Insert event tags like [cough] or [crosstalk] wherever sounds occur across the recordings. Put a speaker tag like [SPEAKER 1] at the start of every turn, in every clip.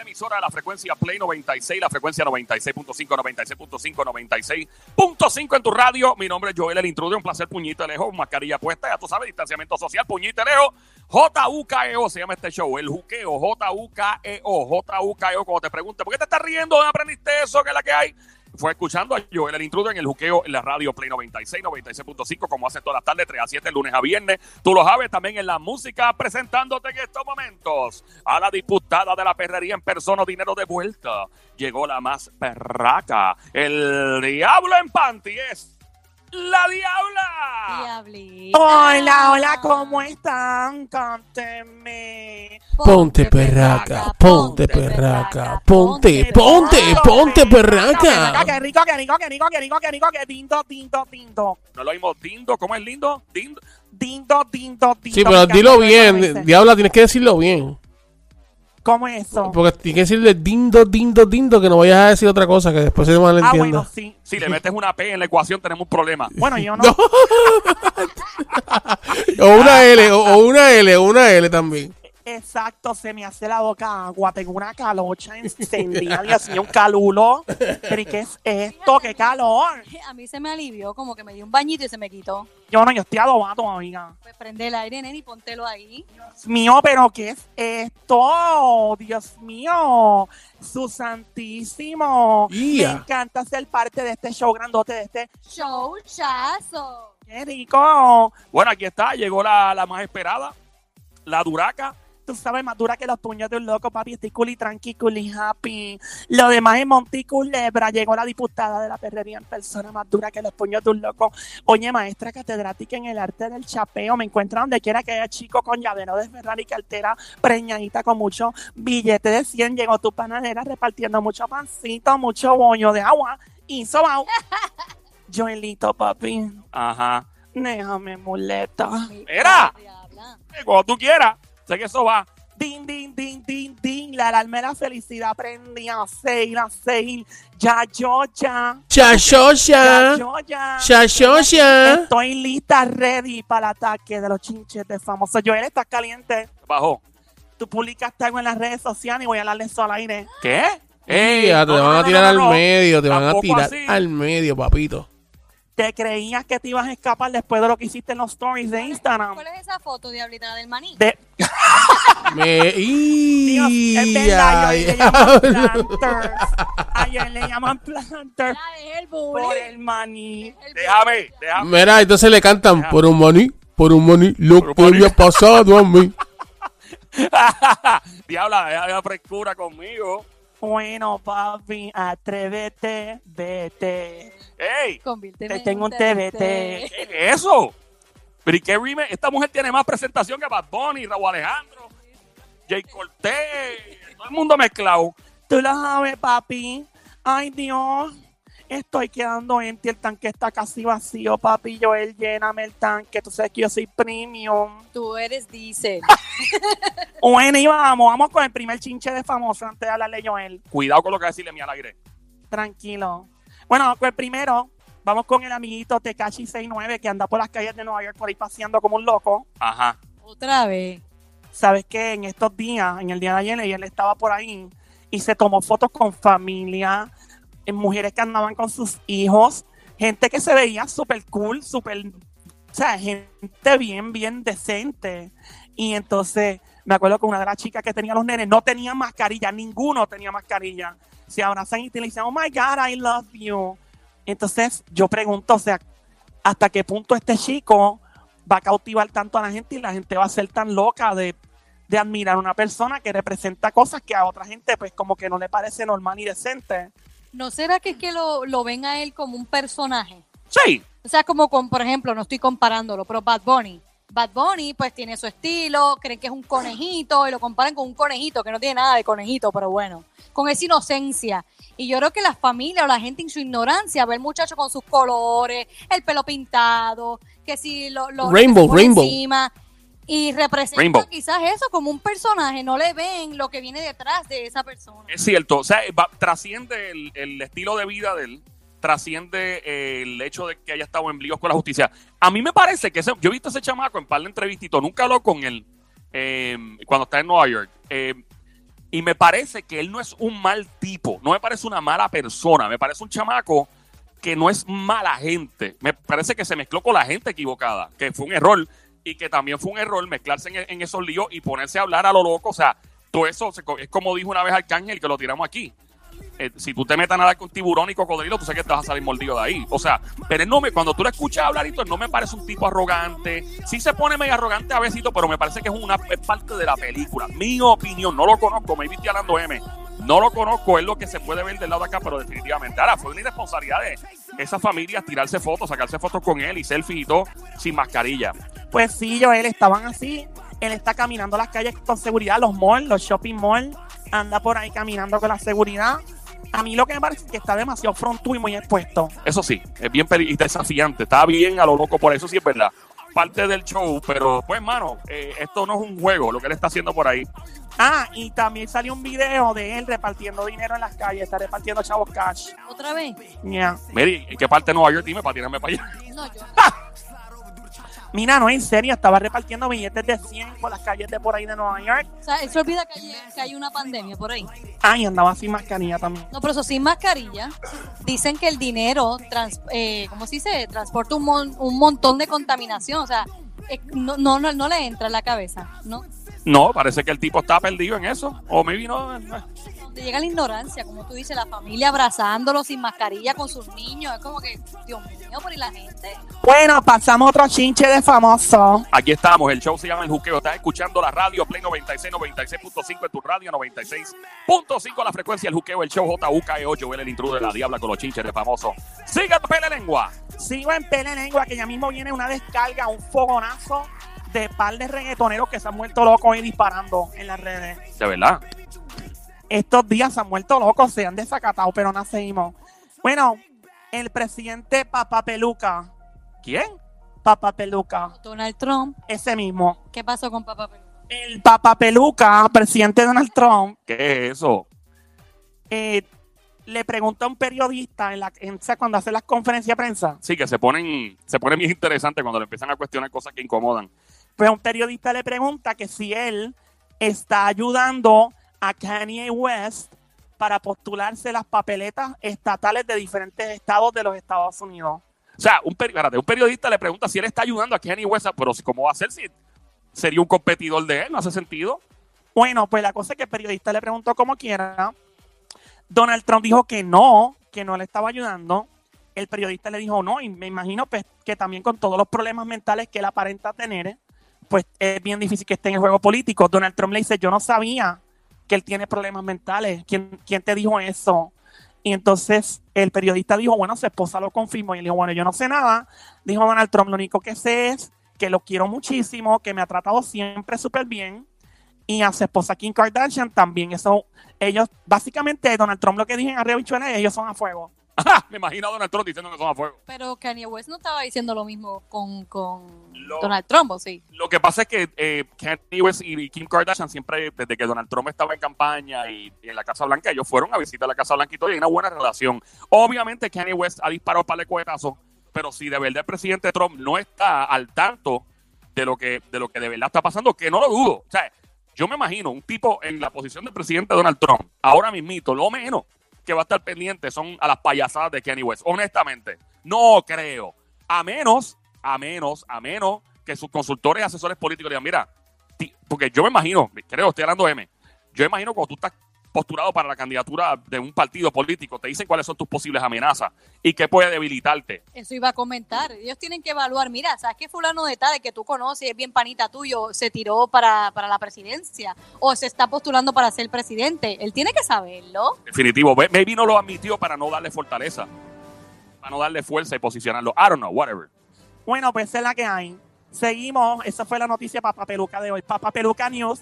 [SPEAKER 1] emisora la frecuencia Play 96, la frecuencia 96.5, 96.5, 96.5 en tu radio. Mi nombre es Joel el Intruder, un placer, puñito lejos, mascarilla puesta, ya tú sabes, distanciamiento social, puñito lejos. JUKEO se llama este show, el juqueo, JUKEO, JUKEO, E cuando te pregunte, ¿por qué te estás riendo? ¿Dónde aprendiste eso? ¿Qué es la que hay? Fue escuchando a Joel el Intruder en el juqueo en la radio Play 96, 96.5, como hace todas las tardes, 3 a 7, lunes a viernes. Tú lo sabes también en la música, presentándote en estos momentos a la diputada de la perrería en persona, dinero de vuelta. Llegó la más perraca, el diablo en panty es la diabla.
[SPEAKER 2] Diablita.
[SPEAKER 3] Hola, hola, ¿cómo están? Cánteme.
[SPEAKER 4] Ponte perraca, ponte perraca, ponte, ponte, ponte perraca.
[SPEAKER 3] ¡Qué rico, qué rico, qué rico, qué rico, qué rico, qué tinto, tinto, tinto!
[SPEAKER 1] No lo mismo, Dindo, ¿cómo es lindo? Dindo.
[SPEAKER 3] Tinto, tinto, tinto.
[SPEAKER 4] Sí, pero
[SPEAKER 3] Me
[SPEAKER 4] dilo
[SPEAKER 3] encanta
[SPEAKER 4] bien,
[SPEAKER 3] ese.
[SPEAKER 4] diabla, tienes que decirlo bien.
[SPEAKER 3] ¿Cómo es eso?
[SPEAKER 4] Porque tienes que decirle dindo, dindo, dindo, que no vayas a decir otra cosa que después se
[SPEAKER 3] Ah, bueno,
[SPEAKER 4] malentienda.
[SPEAKER 3] sí.
[SPEAKER 1] Si le metes una P en la ecuación, tenemos un problema.
[SPEAKER 3] Bueno,
[SPEAKER 4] [laughs]
[SPEAKER 3] yo no.
[SPEAKER 4] No. O una L, o- o una L, o una L también.
[SPEAKER 3] Exacto, se me hace la boca agua. Tengo una calocha encendida, le hacía un calulo. Pero ¿y qué es esto? ¡Qué calor!
[SPEAKER 2] [laughs] A mí se me alivió, como que me dio un bañito y se me quitó.
[SPEAKER 3] Yo no, yo estoy adobado, amiga.
[SPEAKER 2] Pues prende el aire, nene, y póntelo ahí.
[SPEAKER 3] Dios mío, pero ¿qué es esto? Dios mío, su santísimo.
[SPEAKER 4] Ya.
[SPEAKER 3] Me encanta ser parte de este show grandote, de este.
[SPEAKER 2] Show chazo.
[SPEAKER 3] ¡Qué rico!
[SPEAKER 1] Bueno, aquí está, llegó la, la más esperada, la duraca.
[SPEAKER 3] Tú sabes, más dura que los puños de un loco, papi. Estoy culi tranqui, culi happy. Lo demás es Monti Culebra. Llegó la diputada de la perrería en persona, más dura que los puños de un loco. Oye, maestra catedrática en el arte del chapeo. Me encuentra donde quiera que haya chico con llavero de Ferrari, cartera preñadita con mucho billete de 100. Llegó tu panadera repartiendo mucho pancito, mucho boño de agua. Y sobao. Joelito, papi,
[SPEAKER 1] Ajá.
[SPEAKER 3] déjame muleta.
[SPEAKER 1] Era.
[SPEAKER 2] Diabla.
[SPEAKER 1] Eh, Cuando tú quieras. Sé que eso va.
[SPEAKER 3] Din, din, din, din, din. La alarma de la felicidad aprendí a seguir, a seguir. Ya, yo, ya. Ya,
[SPEAKER 4] Chashosha,
[SPEAKER 3] yo, ya.
[SPEAKER 4] chashosha.
[SPEAKER 3] Estoy lista, ready para el ataque de los chinchetes famosos. Joel, estás caliente.
[SPEAKER 1] Bajó.
[SPEAKER 3] Tú publicaste algo en las redes sociales y voy a hablarle eso al aire.
[SPEAKER 1] ¿Qué?
[SPEAKER 4] Ey,
[SPEAKER 1] no,
[SPEAKER 4] ya, te
[SPEAKER 1] no,
[SPEAKER 4] van
[SPEAKER 1] no,
[SPEAKER 4] a
[SPEAKER 1] no,
[SPEAKER 4] tirar
[SPEAKER 1] no,
[SPEAKER 4] al
[SPEAKER 1] no.
[SPEAKER 4] medio, te van a
[SPEAKER 1] Tampoco
[SPEAKER 4] tirar
[SPEAKER 1] así.
[SPEAKER 4] al medio, papito.
[SPEAKER 3] ¿Te creías que te ibas a escapar después de lo que hiciste en los stories de Instagram?
[SPEAKER 2] ¿Cuál es esa foto, Diablita, del maní?
[SPEAKER 3] De,
[SPEAKER 4] Me...
[SPEAKER 3] Dios, es
[SPEAKER 4] ¡Ih!
[SPEAKER 3] verdad, Joel,
[SPEAKER 4] [laughs]
[SPEAKER 3] le
[SPEAKER 4] Ay,
[SPEAKER 3] llaman
[SPEAKER 4] diablo.
[SPEAKER 3] planters. A Joel le llaman
[SPEAKER 2] [laughs]
[SPEAKER 3] planters
[SPEAKER 2] La de Ah, el bullying.
[SPEAKER 3] por el maní.
[SPEAKER 2] El
[SPEAKER 1] Déjame, déjame. [laughs]
[SPEAKER 4] Mira, entonces le cantan por un maní, por un maní,
[SPEAKER 1] Por
[SPEAKER 4] lo
[SPEAKER 1] un
[SPEAKER 4] que
[SPEAKER 1] maní.
[SPEAKER 4] me ha pasado
[SPEAKER 1] [laughs]
[SPEAKER 4] a mí.
[SPEAKER 1] Diabla, deja la frescura conmigo.
[SPEAKER 3] Bueno, papi, atrévete, vete.
[SPEAKER 1] ¡Ey!
[SPEAKER 2] Conviérteme
[SPEAKER 3] Te
[SPEAKER 2] en
[SPEAKER 3] tengo un TBT.
[SPEAKER 1] ¿Qué es eso? Pero ¿y qué remake? Esta mujer tiene más presentación que Bad Bunny, Raúl Alejandro, Jay Cortés, todo el mundo mezclado.
[SPEAKER 3] Tú lo sabes, papi. Ay, Dios. Estoy quedando en ti. El tanque está casi vacío, papi. Joel, lléname el tanque. Tú sabes que yo soy premium.
[SPEAKER 2] Tú eres dice.
[SPEAKER 3] [laughs] Bueno, y vamos. Vamos con el primer chinche de famoso antes de hablarle Joel.
[SPEAKER 1] Cuidado con lo que decirle mi al aire.
[SPEAKER 3] Tranquilo. Bueno, pues primero vamos con el amiguito Tekashi69 que anda por las calles de Nueva York por ahí paseando como un loco.
[SPEAKER 1] Ajá.
[SPEAKER 2] Otra vez.
[SPEAKER 3] sabes que en estos días, en el día de ayer, él estaba por ahí y se tomó fotos con familia, en mujeres que andaban con sus hijos, gente que se veía súper cool, súper, o sea, gente bien, bien decente. Y entonces me acuerdo que una de las chicas que tenía los nenes no tenía mascarilla, ninguno tenía mascarilla. Se abrazan y te le dicen, oh my God, I love you. Entonces yo pregunto, o sea, ¿hasta qué punto este chico va a cautivar tanto a la gente y la gente va a ser tan loca de, de admirar a una persona que representa cosas que a otra gente pues como que no le parece normal y decente.
[SPEAKER 2] ¿No será que es que lo, lo ven a él como un personaje?
[SPEAKER 1] Sí.
[SPEAKER 2] O sea, como con, por ejemplo, no estoy comparándolo, pero Bad Bunny. Bad Bunny, pues tiene su estilo, creen que es un conejito y lo comparan con un conejito que no tiene nada de conejito, pero bueno, con esa inocencia. Y yo creo que la familia o la gente en su ignorancia ve al muchacho con sus colores, el pelo pintado, que si lo. lo
[SPEAKER 4] Rainbow,
[SPEAKER 2] lo que se pone
[SPEAKER 4] rainbow.
[SPEAKER 2] encima, y representa
[SPEAKER 1] Rainbow.
[SPEAKER 2] quizás eso como un personaje, no le ven lo que viene detrás de esa persona.
[SPEAKER 1] Es cierto. O sea, va- trasciende el, el estilo de vida de él, trasciende eh, el hecho de que haya estado en líos con la justicia. A mí me parece que ese- yo he visto a ese chamaco en par de entrevistitos, nunca habló con él eh, cuando está en Nueva York. Eh, Y me parece que él no es un mal tipo, no me parece una mala persona, me parece un chamaco que no es mala gente. Me parece que se mezcló con la gente equivocada, que fue un error y que también fue un error mezclarse en, e, en esos líos y ponerse a hablar a lo loco. O sea, todo eso se co- es como dijo una vez Arcángel que lo tiramos aquí. Eh, si tú te metes a nadar con tiburón y cocodrilo, tú sabes que te vas a salir mordido de ahí. O sea, pero él no me, cuando tú lo escuchas hablar, y todo, él no me parece un tipo arrogante. Sí se pone medio arrogante a veces, pero me parece que es una es parte de la película. Mi opinión, no lo conozco, me estoy hablando M. No lo conozco, es lo que se puede ver del lado de acá, pero definitivamente. Ahora, fue una irresponsabilidad de esas familias tirarse fotos, sacarse fotos con él y selfies y todo sin mascarilla.
[SPEAKER 3] Pues sí, Joel, estaban así. Él está caminando las calles con seguridad, los malls, los shopping malls. Anda por ahí caminando con la seguridad. A mí lo que me parece es que está demasiado frontu y muy expuesto.
[SPEAKER 1] Eso sí, es bien peli- y desafiante. Está bien a lo loco, por eso sí es verdad. Parte del show, pero pues, mano, eh, esto no es un juego, lo que él está haciendo por ahí.
[SPEAKER 3] Ah, y también salió un video de él repartiendo dinero en las calles. Está repartiendo chavos cash.
[SPEAKER 2] ¿Otra vez?
[SPEAKER 3] Ya.
[SPEAKER 1] Mary, ¿en qué parte de Nueva York? Dime para tirarme para allá. [laughs]
[SPEAKER 2] No, yo.
[SPEAKER 3] Mira, no, en serio, estaba repartiendo billetes de 100 por las calles de por ahí de Nueva York.
[SPEAKER 2] O sea, él se olvida que hay, que hay una pandemia por ahí.
[SPEAKER 3] Ay, andaba sin mascarilla también.
[SPEAKER 2] No, pero eso sin mascarilla. Dicen que el dinero, trans, eh, ¿cómo se dice? Transporta un, mon- un montón de contaminación. O sea, eh, no, no, no, no le entra en la cabeza, ¿no?
[SPEAKER 1] No, parece que el tipo está perdido en eso. O maybe no. eh, no.
[SPEAKER 2] Donde llega la ignorancia, como tú dices, la familia abrazándolo sin mascarilla con sus niños. Es como que, Dios mío, por y la gente.
[SPEAKER 3] Bueno, pasamos a otro chinche de famoso.
[SPEAKER 1] Aquí estamos, el show se llama El Juqueo. Estás escuchando la radio Play 96, 96.5 en tu radio, 96.5 la frecuencia, El Juqueo, el show JUKE8, el intruso de la diabla con los chinches de famoso. Siga pele lengua.
[SPEAKER 3] Sigo en pele lengua, que ya mismo viene una descarga, un fogonazo de par de reggaetoneros que se han muerto locos y disparando en las redes.
[SPEAKER 1] De verdad.
[SPEAKER 3] Estos días se han muerto locos, se han desacatado, pero no seguimos. Bueno, el presidente Papá Peluca,
[SPEAKER 1] ¿Quién?
[SPEAKER 3] Papá Peluca,
[SPEAKER 2] Donald Trump,
[SPEAKER 3] ese mismo.
[SPEAKER 2] ¿qué pasó con papá? Perú?
[SPEAKER 3] El Papá Peluca, presidente Donald Trump,
[SPEAKER 1] ¿Qué es eso?
[SPEAKER 3] eh, le pregunta a un periodista en la, en- o sea, cuando hace las conferencias de prensa,
[SPEAKER 1] Sí, que se ponen, se ponen bien interesantes cuando le empiezan a cuestionar cosas que incomodan.
[SPEAKER 3] pues un periodista le pregunta que si él está ayudando a Kanye West para postularse las papeletas estatales de diferentes estados de los Estados Unidos.
[SPEAKER 1] O sea, un, peri- espérate, un periodista le pregunta si él está ayudando a Kenny West, pero si- ¿cómo va a ser si sería un competidor de él? No hace sentido. [laughs]
[SPEAKER 3] Bueno, pues la cosa es que el periodista le preguntó como quiera. Donald Trump dijo que no, que no le estaba ayudando. El periodista le dijo no, y me imagino pues, que también con todos los problemas mentales que él aparenta tener, pues es bien difícil que esté en el juego político. Donald Trump le dice, yo no sabía que él tiene problemas mentales. ¿Quién, quién te dijo eso? Y entonces el periodista dijo, bueno, su esposa lo confirmó. Y él dijo, bueno, yo no sé nada. Dijo Donald Trump, lo único que sé es que lo quiero muchísimo, que me ha tratado siempre súper bien y a su esposa Kim Kardashian también. Eso, ellos, básicamente, Donald Trump lo que dije en Arriba Bichuela, ellos son a fuego.
[SPEAKER 1] Ajá, me imagino a Donald Trump diciendo que son a fuego.
[SPEAKER 2] Pero Kanye West no estaba diciendo lo mismo con, con
[SPEAKER 1] Lo-
[SPEAKER 2] Donald Trump, ¿o sí?
[SPEAKER 1] Lo que pasa es que eh, Kanye West y Kim Kardashian siempre, desde que Donald Trump estaba en campaña y, y en la Casa Blanca, ellos fueron a visitar la Casa Blanca y todo, y hay una buena relación. Obviamente Kanye West ha disparado para el cuetazo, pero si de verdad el presidente Trump no está al tanto de lo que de, lo que de verdad está pasando, que no lo dudo. O sea, yo me imagino un tipo en la posición del presidente Donald Trump, ahora mismito, lo menos que va a estar pendiente son a las payasadas de Kanye West. Honestamente, no creo. A menos, a menos, a menos que sus consultores y asesores políticos digan, mira, ti- porque yo me imagino, creo, estoy hablando M, yo imagino cuando tú estás postulado para la candidatura de un partido político, te dicen cuáles son tus posibles amenazas y qué puede debilitarte.
[SPEAKER 2] Eso iba a comentar. Ellos tienen que evaluar, mira, ¿sabes qué fulano de tal que tú conoces, es bien panita tuyo, se tiró para, para la presidencia o se está postulando para ser presidente? Él tiene que saberlo.
[SPEAKER 1] Definitivo, ve- maybe no lo admitió para no darle fortaleza, para no darle fuerza y posicionarlo. I don't know, whatever.
[SPEAKER 3] Bueno, pues esa es la que hay. Seguimos. Esa fue la noticia Papá Peluca de hoy. Papá Peluca News.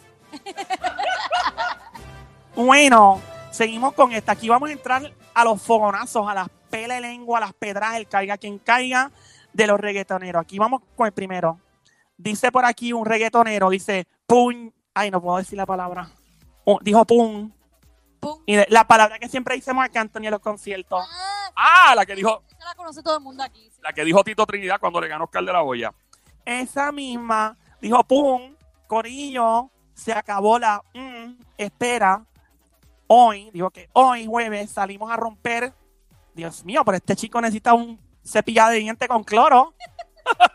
[SPEAKER 3] bueno, seguimos con esta. Aquí vamos a entrar a los fogonazos, a las pele lengua, a las pedras, el caiga quien caiga de los reggaetoneros. Aquí vamos con el primero. Dice por aquí un reggaetonero, dice pum. Ay, no puedo decir la palabra. Oh, dijo pum.
[SPEAKER 2] Pum.
[SPEAKER 3] Y de- la palabra que siempre dice Marc Anthony en los conciertos.
[SPEAKER 2] Ah,
[SPEAKER 1] Ah, la que dijo,
[SPEAKER 2] esa la conoce todo el mundo aquí. sí.
[SPEAKER 1] la que dijo Tito Trinidad cuando le ganó Oscar de la Hoya.
[SPEAKER 3] Esa misma dijo, pum, corillo, se acabó la mm, espera. hoy, digo que hoy jueves salimos a romper. Dios mío, pero este chico necesita un cepillado de diente con cloro. [laughs]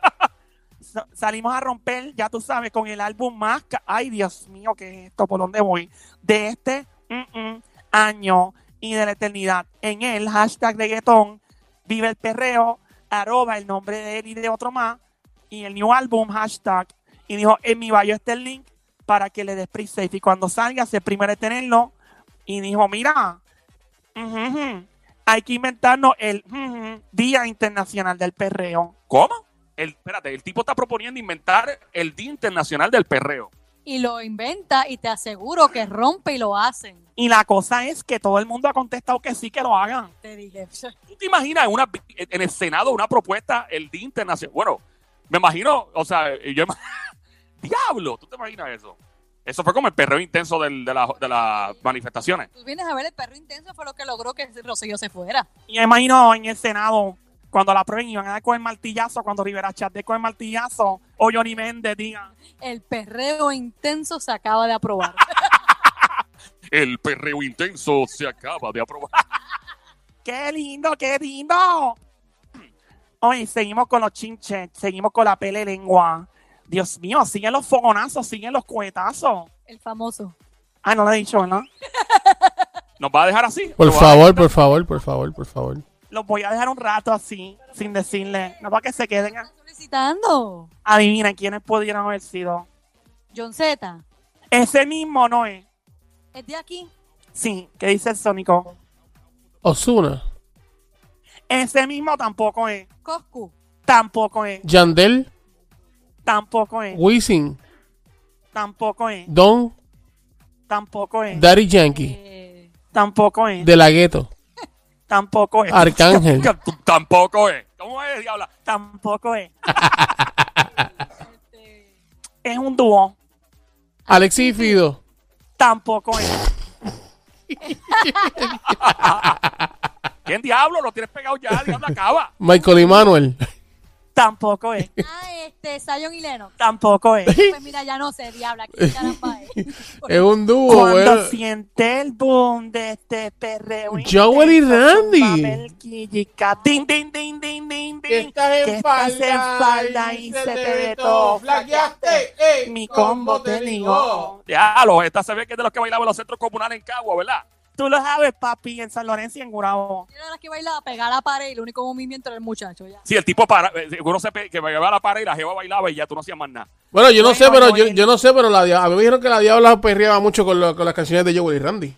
[SPEAKER 3] Sa- salimos a romper, ya tú sabes, con el álbum más. ca- Ay, Dios mío, que es esto, por dónde voy. De este mm, mm, año y de la eternidad. En el hashtag reggaetón, vive el perreo, arroba el nombre de él y de otro más. Y el new álbum, hashtag. Y dijo, en mi bio está el link para que le des pre-save. Y cuando salgas, el primero en tenerlo. Y dijo, mira, ujú, ujú, hay que inventarnos el ujú, Día Internacional del Perreo.
[SPEAKER 1] ¿Cómo? El, espérate, el tipo está proponiendo inventar el Día Internacional del Perreo.
[SPEAKER 2] Y lo inventa y te aseguro que rompe y lo hacen.
[SPEAKER 3] Y la cosa es que todo el mundo ha contestado que sí que lo hagan.
[SPEAKER 2] Te dije.
[SPEAKER 1] ¿Tú te imaginas en, una, en el Senado una propuesta el Día Internacional? Bueno, me imagino, o sea, yo ima- [laughs] ¡Diablo! ¿Tú te imaginas eso? Eso fue como el perreo intenso del- de, la- de las manifestaciones.
[SPEAKER 2] Tú vienes a ver el perro intenso fue lo que logró que Rosselló se fuera.
[SPEAKER 3] Y yo imagino en el Senado, cuando la aprueben, iban a dar con el martillazo, cuando Rivera Chávez con el martillazo, o Johnny Méndez, diga.
[SPEAKER 2] El perreo intenso se acaba de aprobar.
[SPEAKER 1] [laughs] El perreo intenso se acaba de aprobar. [laughs]
[SPEAKER 3] ¡Qué lindo, qué lindo! Oye, seguimos con los chinches, seguimos con la pele lengua. Dios mío, siguen los fogonazos, siguen los cuetazos.
[SPEAKER 2] El famoso.
[SPEAKER 3] Ah, no lo he dicho, ¿no?
[SPEAKER 1] ¿Nos va a dejar así?
[SPEAKER 4] Por
[SPEAKER 1] ¿Lo va a-
[SPEAKER 4] favor, por favor, por favor, por favor.
[SPEAKER 3] Los voy a dejar un rato así, sin decirle. No para que se queden.
[SPEAKER 2] ¿Estás solicitando?
[SPEAKER 3] Adivina quiénes pudieran haber sido.
[SPEAKER 2] John Z.
[SPEAKER 3] Ese mismo no es.
[SPEAKER 2] ¿Es de aquí?
[SPEAKER 3] Sí, que dice el Sónico.
[SPEAKER 4] Osuna,
[SPEAKER 3] Ese mismo tampoco es.
[SPEAKER 2] Coscu.
[SPEAKER 3] Tampoco es.
[SPEAKER 4] Yandel,
[SPEAKER 3] Tampoco es.
[SPEAKER 4] Wisin,
[SPEAKER 3] Tampoco es.
[SPEAKER 4] Don,
[SPEAKER 3] Tampoco es.
[SPEAKER 4] Daddy Yankee,
[SPEAKER 2] Eh,
[SPEAKER 3] Tampoco es.
[SPEAKER 4] De La Ghetto,
[SPEAKER 3] Tampoco es.
[SPEAKER 1] [laughs]
[SPEAKER 4] Arcángel,
[SPEAKER 1] Tampoco es. ¿Cómo es, diabla?
[SPEAKER 3] Tampoco es.
[SPEAKER 2] este,
[SPEAKER 3] Es un dúo.
[SPEAKER 4] Alexis y Fido.
[SPEAKER 3] Tampoco es.
[SPEAKER 1] ¿Quién diablo? Lo tienes pegado ya, diabla, acaba. [laughs]
[SPEAKER 4] Michael y Manuel.
[SPEAKER 3] Tampoco es.
[SPEAKER 2] Ah, este, Zion y Leno.
[SPEAKER 3] Tampoco [laughs] es.
[SPEAKER 2] Pues mira, ya no se diabla.
[SPEAKER 4] [laughs]
[SPEAKER 2] ¿Quién caramba es?
[SPEAKER 4] [laughs] Es un dúo,
[SPEAKER 3] Cuando
[SPEAKER 4] bueno.
[SPEAKER 3] siente el boom de este perreo.
[SPEAKER 4] Joel y
[SPEAKER 3] intenso,
[SPEAKER 4] Randy.
[SPEAKER 3] zumba, melquillica, Din, din, din, din, din, din. que estás en falda y se te ve todo.
[SPEAKER 4] ¡Ey!
[SPEAKER 3] Mi combo te ligó.
[SPEAKER 1] Diablo, esta se ve que es de los que bailaba en los centros comunales en Cagua, ¿verdad?
[SPEAKER 3] Tú lo sabes, papi, en San Lorenzo y en Gurabo.
[SPEAKER 2] Yo era la que bailaba, pegar la pared y el único movimiento era el muchacho. Ya.
[SPEAKER 1] Sí, el tipo para, eh, uno se pe- que bailaba a la pared y la jeva bailaba y ya tú no hacías más nada.
[SPEAKER 4] Bueno, yo no sé,
[SPEAKER 3] Bueno,
[SPEAKER 4] pero yo,
[SPEAKER 3] Joel.
[SPEAKER 4] yo no sé, pero la dia- a mí me dijeron que la diabla perreaba mucho con, lo- con las canciones de Joel y Randy.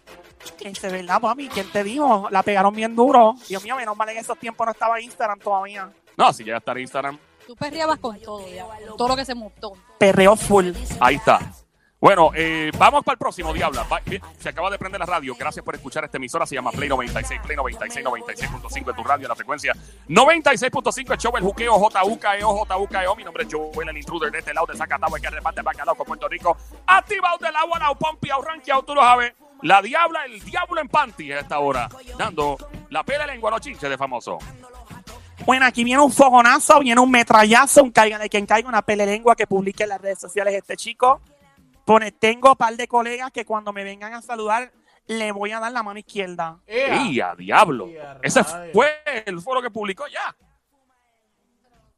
[SPEAKER 3] Ese, ¿verdad, papi? ¿Quién te dijo? La pegaron bien duro. Dios mío, menos mal en esos tiempos no estaba Instagram todavía.
[SPEAKER 1] No, si llega a estar en Instagram,
[SPEAKER 2] Tú perreabas con todo, ya. con todo lo que se montó.
[SPEAKER 3] Perreo full.
[SPEAKER 1] ahí está. Bueno, eh, vamos para el próximo, Diabla. Va- bien, se acaba de prender la radio. Gracias por escuchar esta emisora. Se llama Play 96, Play 96, 96.5 en tu radio, en la frecuencia 96.5. El show, el juqueo, JUKEO, JUKEO. E Mi nombre es Joel, el intruder de este lado de Zacatau, el que reparte bacalao con Puerto Rico. Activado del agua, la pompiao, ranqueado, tú lo sabes. La Diabla, el Diablo en panty a esta hora. Dando la pela lengua a los chinches de famoso.
[SPEAKER 3] Bueno, aquí viene un fogonazo, viene un metrallazo, un caiga de quien caiga, una pelelengua que publique en las redes sociales este chico. Pone, tengo un par de colegas que cuando me vengan a saludar, le voy a dar la mano izquierda.
[SPEAKER 1] ¡Y a diablo!
[SPEAKER 4] ¡Ea,
[SPEAKER 1] Ese
[SPEAKER 4] rayos!
[SPEAKER 1] fue el foro que publicó ya.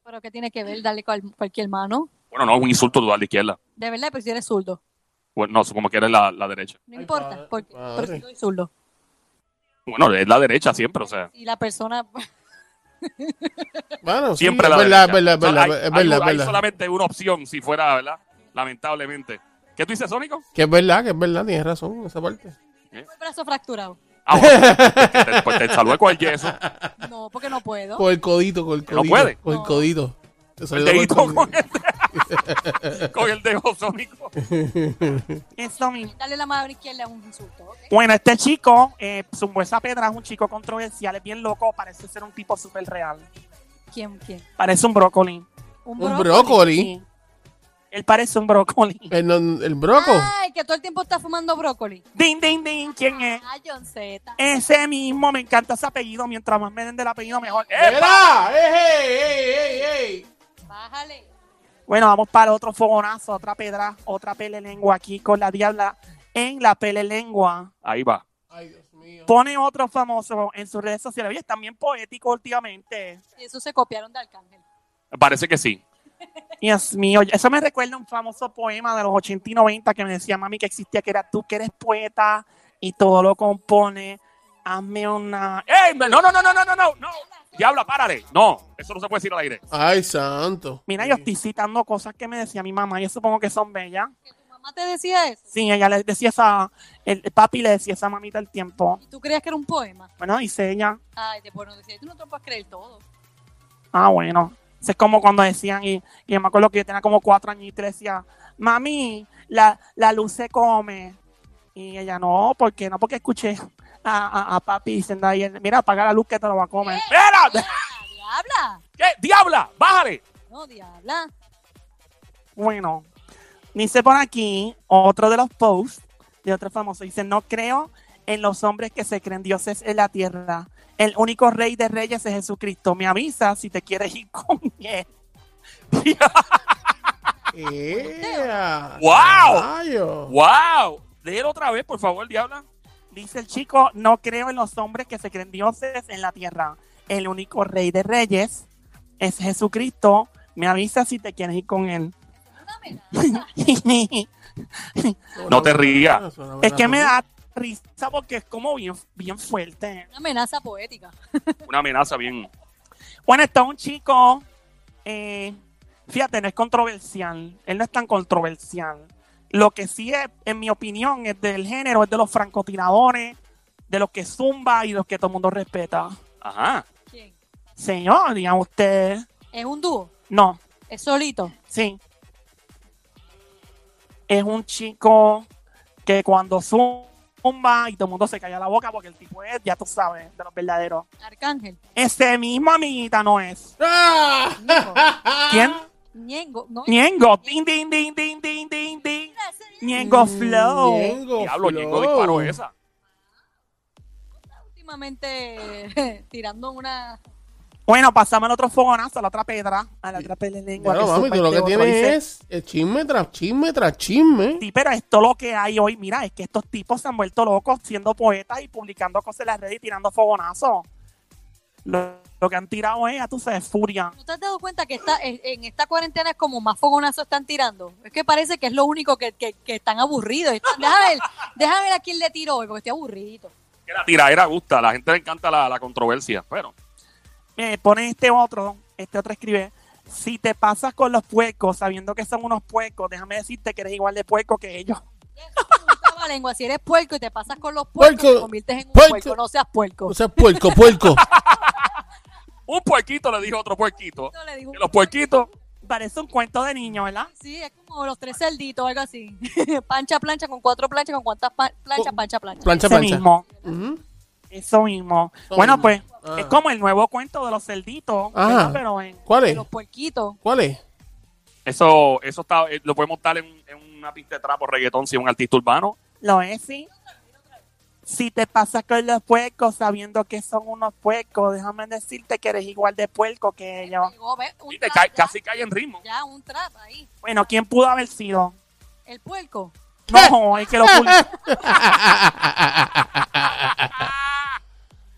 [SPEAKER 2] Pero ¿qué tiene que ver darle cual- cualquier mano?
[SPEAKER 1] Bueno, no, un insulto total de izquierda.
[SPEAKER 2] De verdad, pero si eres zurdo.
[SPEAKER 1] Bueno, Pues, no, como que era la, la derecha.
[SPEAKER 2] No
[SPEAKER 4] Ay,
[SPEAKER 2] importa,
[SPEAKER 4] padre,
[SPEAKER 2] porque,
[SPEAKER 4] padre.
[SPEAKER 2] porque soy zurdo.
[SPEAKER 1] Bueno, es la derecha siempre, o sea.
[SPEAKER 2] Y la persona... [laughs]
[SPEAKER 4] Bueno, sí,
[SPEAKER 1] Siempre
[SPEAKER 4] es
[SPEAKER 1] la
[SPEAKER 4] verdad,
[SPEAKER 1] derecha.
[SPEAKER 4] es verdad,
[SPEAKER 1] Son-
[SPEAKER 4] es verdad,
[SPEAKER 1] hay-
[SPEAKER 4] es
[SPEAKER 1] hay-
[SPEAKER 4] verdad, es
[SPEAKER 1] hay
[SPEAKER 4] verdad.
[SPEAKER 1] solamente una opción si fuera, ¿verdad? Lamentablemente. ¿Qué tú dices, Sónico?
[SPEAKER 4] Que es verdad, que es verdad, tienes razón en esa parte.
[SPEAKER 2] Fue el brazo fracturado.
[SPEAKER 1] Ah, bueno. Te- pues te saludé con el
[SPEAKER 4] [laughs]
[SPEAKER 1] yeso.
[SPEAKER 2] No, porque no puedo.
[SPEAKER 4] Con el codito, con el
[SPEAKER 1] Que
[SPEAKER 4] codito.
[SPEAKER 1] no puede.
[SPEAKER 4] Con el
[SPEAKER 2] No.
[SPEAKER 4] codito. Te
[SPEAKER 1] El
[SPEAKER 4] salió con el
[SPEAKER 1] dedito
[SPEAKER 4] codito.
[SPEAKER 1] con
[SPEAKER 4] [laughs]
[SPEAKER 1] el, con el dedo, Sónico.
[SPEAKER 3] Eso mismo.
[SPEAKER 2] Darle la mano izquierda es un insulto. ¿ok?
[SPEAKER 3] Bueno, este chico, eh, zumbó esa pedra, es un chico controversial, es bien loco, parece ser un tipo súper real.
[SPEAKER 2] ¿Quién? ¿Quién?
[SPEAKER 3] Parece un brócoli.
[SPEAKER 4] Un brócoli.
[SPEAKER 3] Sí. Él parece un brócoli.
[SPEAKER 4] El, no- el broco.
[SPEAKER 2] Ay, que todo el tiempo está fumando brócoli.
[SPEAKER 3] Din, din, din, ¿quién es?
[SPEAKER 2] Ah, John Z.
[SPEAKER 4] Eh.
[SPEAKER 3] Ese mismo, me encanta ese apellido. Mientras más me den del apellido, mejor. ¡Eh!
[SPEAKER 4] ¡Era! ¡Ey, ey, ey, ey!
[SPEAKER 2] Bájale.
[SPEAKER 3] Bueno, vamos para otro fogonazo, otra pedra, otra pele lengua aquí con la diabla en la pele lengua.
[SPEAKER 1] Ahí va.
[SPEAKER 4] Ay, Dios mío.
[SPEAKER 3] Pone otro famoso en sus redes sociales. Oye, están bien poéticos últimamente.
[SPEAKER 2] Y eso se copiaron de Arcángel.
[SPEAKER 1] Parece que sí.
[SPEAKER 3] Dios mío, eso me recuerda a un famoso poema de los 80 y 90 que me decía mami que existía, que era tú que eres poeta y todo lo compone. Hazme una...
[SPEAKER 1] ¡Ey! ¡Eh! No, no, no, no, no, no, no, no. Diabla, párale. No, eso no se puede decir al aire.
[SPEAKER 4] Ay, santo.
[SPEAKER 3] Mira, yo estoy citando cosas que me decía mi mamá, yo supongo que son bellas.
[SPEAKER 2] Que tu mamá te decía eso.
[SPEAKER 3] Sí, ella le decía esa... El el papi le decía esa mamita el tiempo.
[SPEAKER 2] ¿Y tú creías que era un poema?
[SPEAKER 3] Bueno, dice ella,
[SPEAKER 2] Ay, te bueno, decía, tú no te lo puedes creer todo.
[SPEAKER 3] Ah, bueno. Eso es como cuando decían, y, y yo me acuerdo que yo tenía como cuatro añitos y le decía, mami, la, la luz se come. Y ella, no, ¿por qué? No, porque escuché a, a- a papi diciendo ayer, mira, apaga la luz que te lo va a comer.
[SPEAKER 1] ¡Mira!
[SPEAKER 2] Ah, diabla.
[SPEAKER 1] ¿Qué? ¡Diabla! ¡Bájale!
[SPEAKER 2] No, diabla.
[SPEAKER 3] Bueno, dice por aquí otro de los posts de otro famoso. Dice, no creo en los hombres que se creen dioses en la tierra. El único rey de reyes es Jesucristo. Me avisa si te quieres ir [laughs] con él.
[SPEAKER 4] Ea,
[SPEAKER 1] Wow.
[SPEAKER 4] Eh, rayo.
[SPEAKER 1] ¡Wow! Léelo otra vez, por favor, Diabla.
[SPEAKER 3] Dice el chico, no creo en los hombres que se creen dioses en la tierra. El único rey de reyes es Jesucristo. Me avisa si te quieres ir con él. [laughs]
[SPEAKER 2] Una amenaza.
[SPEAKER 1] No te rías.
[SPEAKER 4] Suena buena
[SPEAKER 3] es que me
[SPEAKER 4] razón.
[SPEAKER 3] da risa porque es como bien, bien fuerte.
[SPEAKER 2] Una amenaza poética.
[SPEAKER 1] Una amenaza bien.
[SPEAKER 3] Bueno, está un chico, eh, fíjate, no es controversial. Él no es tan controversial. Lo que sí es, en mi opinión, es del género, es de los francotiradores, de los que zumba y de los que todo el mundo respeta.
[SPEAKER 1] Ajá.
[SPEAKER 2] ¿Quién?
[SPEAKER 3] Señor, digan usted.
[SPEAKER 2] Es un dúo.
[SPEAKER 3] No,
[SPEAKER 2] Es solito.
[SPEAKER 3] Sí. Es un chico que cuando zumba y todo el mundo se calla la boca porque el tipo es, ya tú sabes, de los verdaderos.
[SPEAKER 2] Arcángel.
[SPEAKER 3] Ese mismo amiguita no es.
[SPEAKER 1] [laughs]
[SPEAKER 4] ¡Ah!
[SPEAKER 3] ¿Quién?
[SPEAKER 2] Ñengo. No,
[SPEAKER 3] Ñengo. Ding, ding, ding, ding, ding, ding, ding. Ñengo
[SPEAKER 4] Mm,
[SPEAKER 3] Flow.
[SPEAKER 4] Ñengo
[SPEAKER 1] Diablo,
[SPEAKER 4] Oh, Flow.
[SPEAKER 1] Ñengo disparó esa.
[SPEAKER 2] últimamente [laughs] tirando una.
[SPEAKER 3] Bueno, pasamos al otro fogonazo, a la otra pedra, a la otra pelelengua.
[SPEAKER 4] Claro, mami,
[SPEAKER 3] supa
[SPEAKER 4] tú lo que
[SPEAKER 3] este otro
[SPEAKER 4] tienes
[SPEAKER 3] dice,
[SPEAKER 4] es eh, chisme tras chisme tras chisme.
[SPEAKER 3] Sí, pero esto lo que hay hoy, mira, es que estos tipos se han vuelto locos siendo poetas y publicando cosas en las redes y tirando fogonazos. Lo, lo que han tirado es, ya tú sabes, furia.
[SPEAKER 2] ¿No te has dado cuenta que está, en en esta cuarentena es como más fogonazo están tirando? Es que parece que es lo único que, que, que están aburridos. Están- Déjame ver, déjame ver a quién le tiro hoy, porque estoy aburrido.
[SPEAKER 1] Que La tiradera gusta. A la gente le encanta la, la controversia. Pero.
[SPEAKER 3] Eh, pone este otro, este otro escribe, si te pasas con los puercos sabiendo que son unos puercos, déjame decirte que eres igual de puerco que ellos. [laughs]
[SPEAKER 2] Traba lengua, si eres puerco y te pasas con los puercos,
[SPEAKER 4] Puerco.
[SPEAKER 2] te conviertes en un
[SPEAKER 4] Puerco.
[SPEAKER 2] puerco. no seas puerco.
[SPEAKER 4] O sea, puerco,
[SPEAKER 1] [laughs]
[SPEAKER 4] puerco.
[SPEAKER 1] Un puerquito le dijo a otro puerquito.
[SPEAKER 2] Yo le dije un
[SPEAKER 1] Que los puerquitos.
[SPEAKER 3] Parece un cuento de niño, ¿verdad?
[SPEAKER 2] Sí, es como los tres cerditos, algo así. [laughs] pancha, plancha, con cuatro planchas, con cuántas pa- planchas,
[SPEAKER 4] Oh.
[SPEAKER 2] pancha, plancha.
[SPEAKER 4] Plancha,
[SPEAKER 3] Ese
[SPEAKER 4] plancha.
[SPEAKER 3] mismo,
[SPEAKER 4] Ujú.
[SPEAKER 3] eso mismo.
[SPEAKER 4] Eso
[SPEAKER 3] bueno,
[SPEAKER 4] mismo.
[SPEAKER 3] pues,
[SPEAKER 4] Ah.
[SPEAKER 3] es como el nuevo cuento de los cerditos,
[SPEAKER 4] Ajá.
[SPEAKER 3] ¿verdad? pero en-
[SPEAKER 4] ¿Cuál
[SPEAKER 2] De
[SPEAKER 4] es?
[SPEAKER 2] Los puerquitos.
[SPEAKER 3] [laughs]
[SPEAKER 4] ¿Cuál es?
[SPEAKER 1] Eso, eso está, eh, lo podemos montar en, un- en una pista de trapo reggaetón si es un artista urbano.
[SPEAKER 3] Lo es, sí. Si te pasas con los puercos sabiendo que son unos puercos, déjame decirte que eres igual de puerco que ellos.
[SPEAKER 2] Llegó, ve, un
[SPEAKER 1] Y te
[SPEAKER 2] trap,
[SPEAKER 1] cae-
[SPEAKER 2] ya,
[SPEAKER 1] casi cae en ritmo.
[SPEAKER 2] ya, un trap ahí.
[SPEAKER 3] Bueno, ¿quién pudo haber sido?
[SPEAKER 2] El puerco.
[SPEAKER 4] [laughs]
[SPEAKER 3] No, el que lo publicó.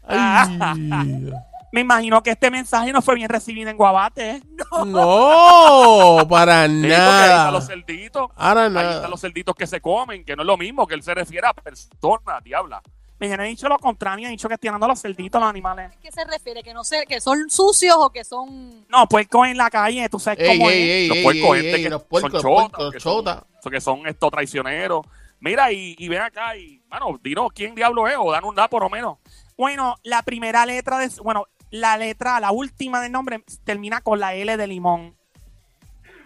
[SPEAKER 4] Ay.
[SPEAKER 3] Me imagino que este mensaje no fue bien recibido en Guabate. ¿eh?
[SPEAKER 4] No, para
[SPEAKER 1] Sí, porque ahí están los
[SPEAKER 4] nada.
[SPEAKER 1] cerditos.
[SPEAKER 4] Ahora
[SPEAKER 1] Ahí están
[SPEAKER 4] nada.
[SPEAKER 1] los cerditos que se comen, que no es lo mismo que él se refiere a personas, diabla.
[SPEAKER 3] Me han dicho lo contrario, han dicho que estoy dando los cerditos a los animales.
[SPEAKER 2] ¿Qué se refiere? Que no sé, que son sucios o que son.
[SPEAKER 3] No, puerco en la calle, tú sabes
[SPEAKER 4] Ey,
[SPEAKER 3] cómo es. este
[SPEAKER 4] ey, ey,
[SPEAKER 1] Los
[SPEAKER 4] ey,
[SPEAKER 1] puercos,
[SPEAKER 4] ey,
[SPEAKER 1] gente
[SPEAKER 4] ey,
[SPEAKER 1] que
[SPEAKER 4] los puercos,
[SPEAKER 1] son
[SPEAKER 4] los
[SPEAKER 1] chotas,
[SPEAKER 4] puercos,
[SPEAKER 1] que
[SPEAKER 4] los
[SPEAKER 1] son-
[SPEAKER 4] chotas.
[SPEAKER 1] Eso que son estos traicioneros. Mira, y, y ven acá y, mano, dinos quién diablo es o dan un da por lo menos.
[SPEAKER 3] Bueno, la primera letra de. Bueno, la letra, la última del nombre termina con la L de limón.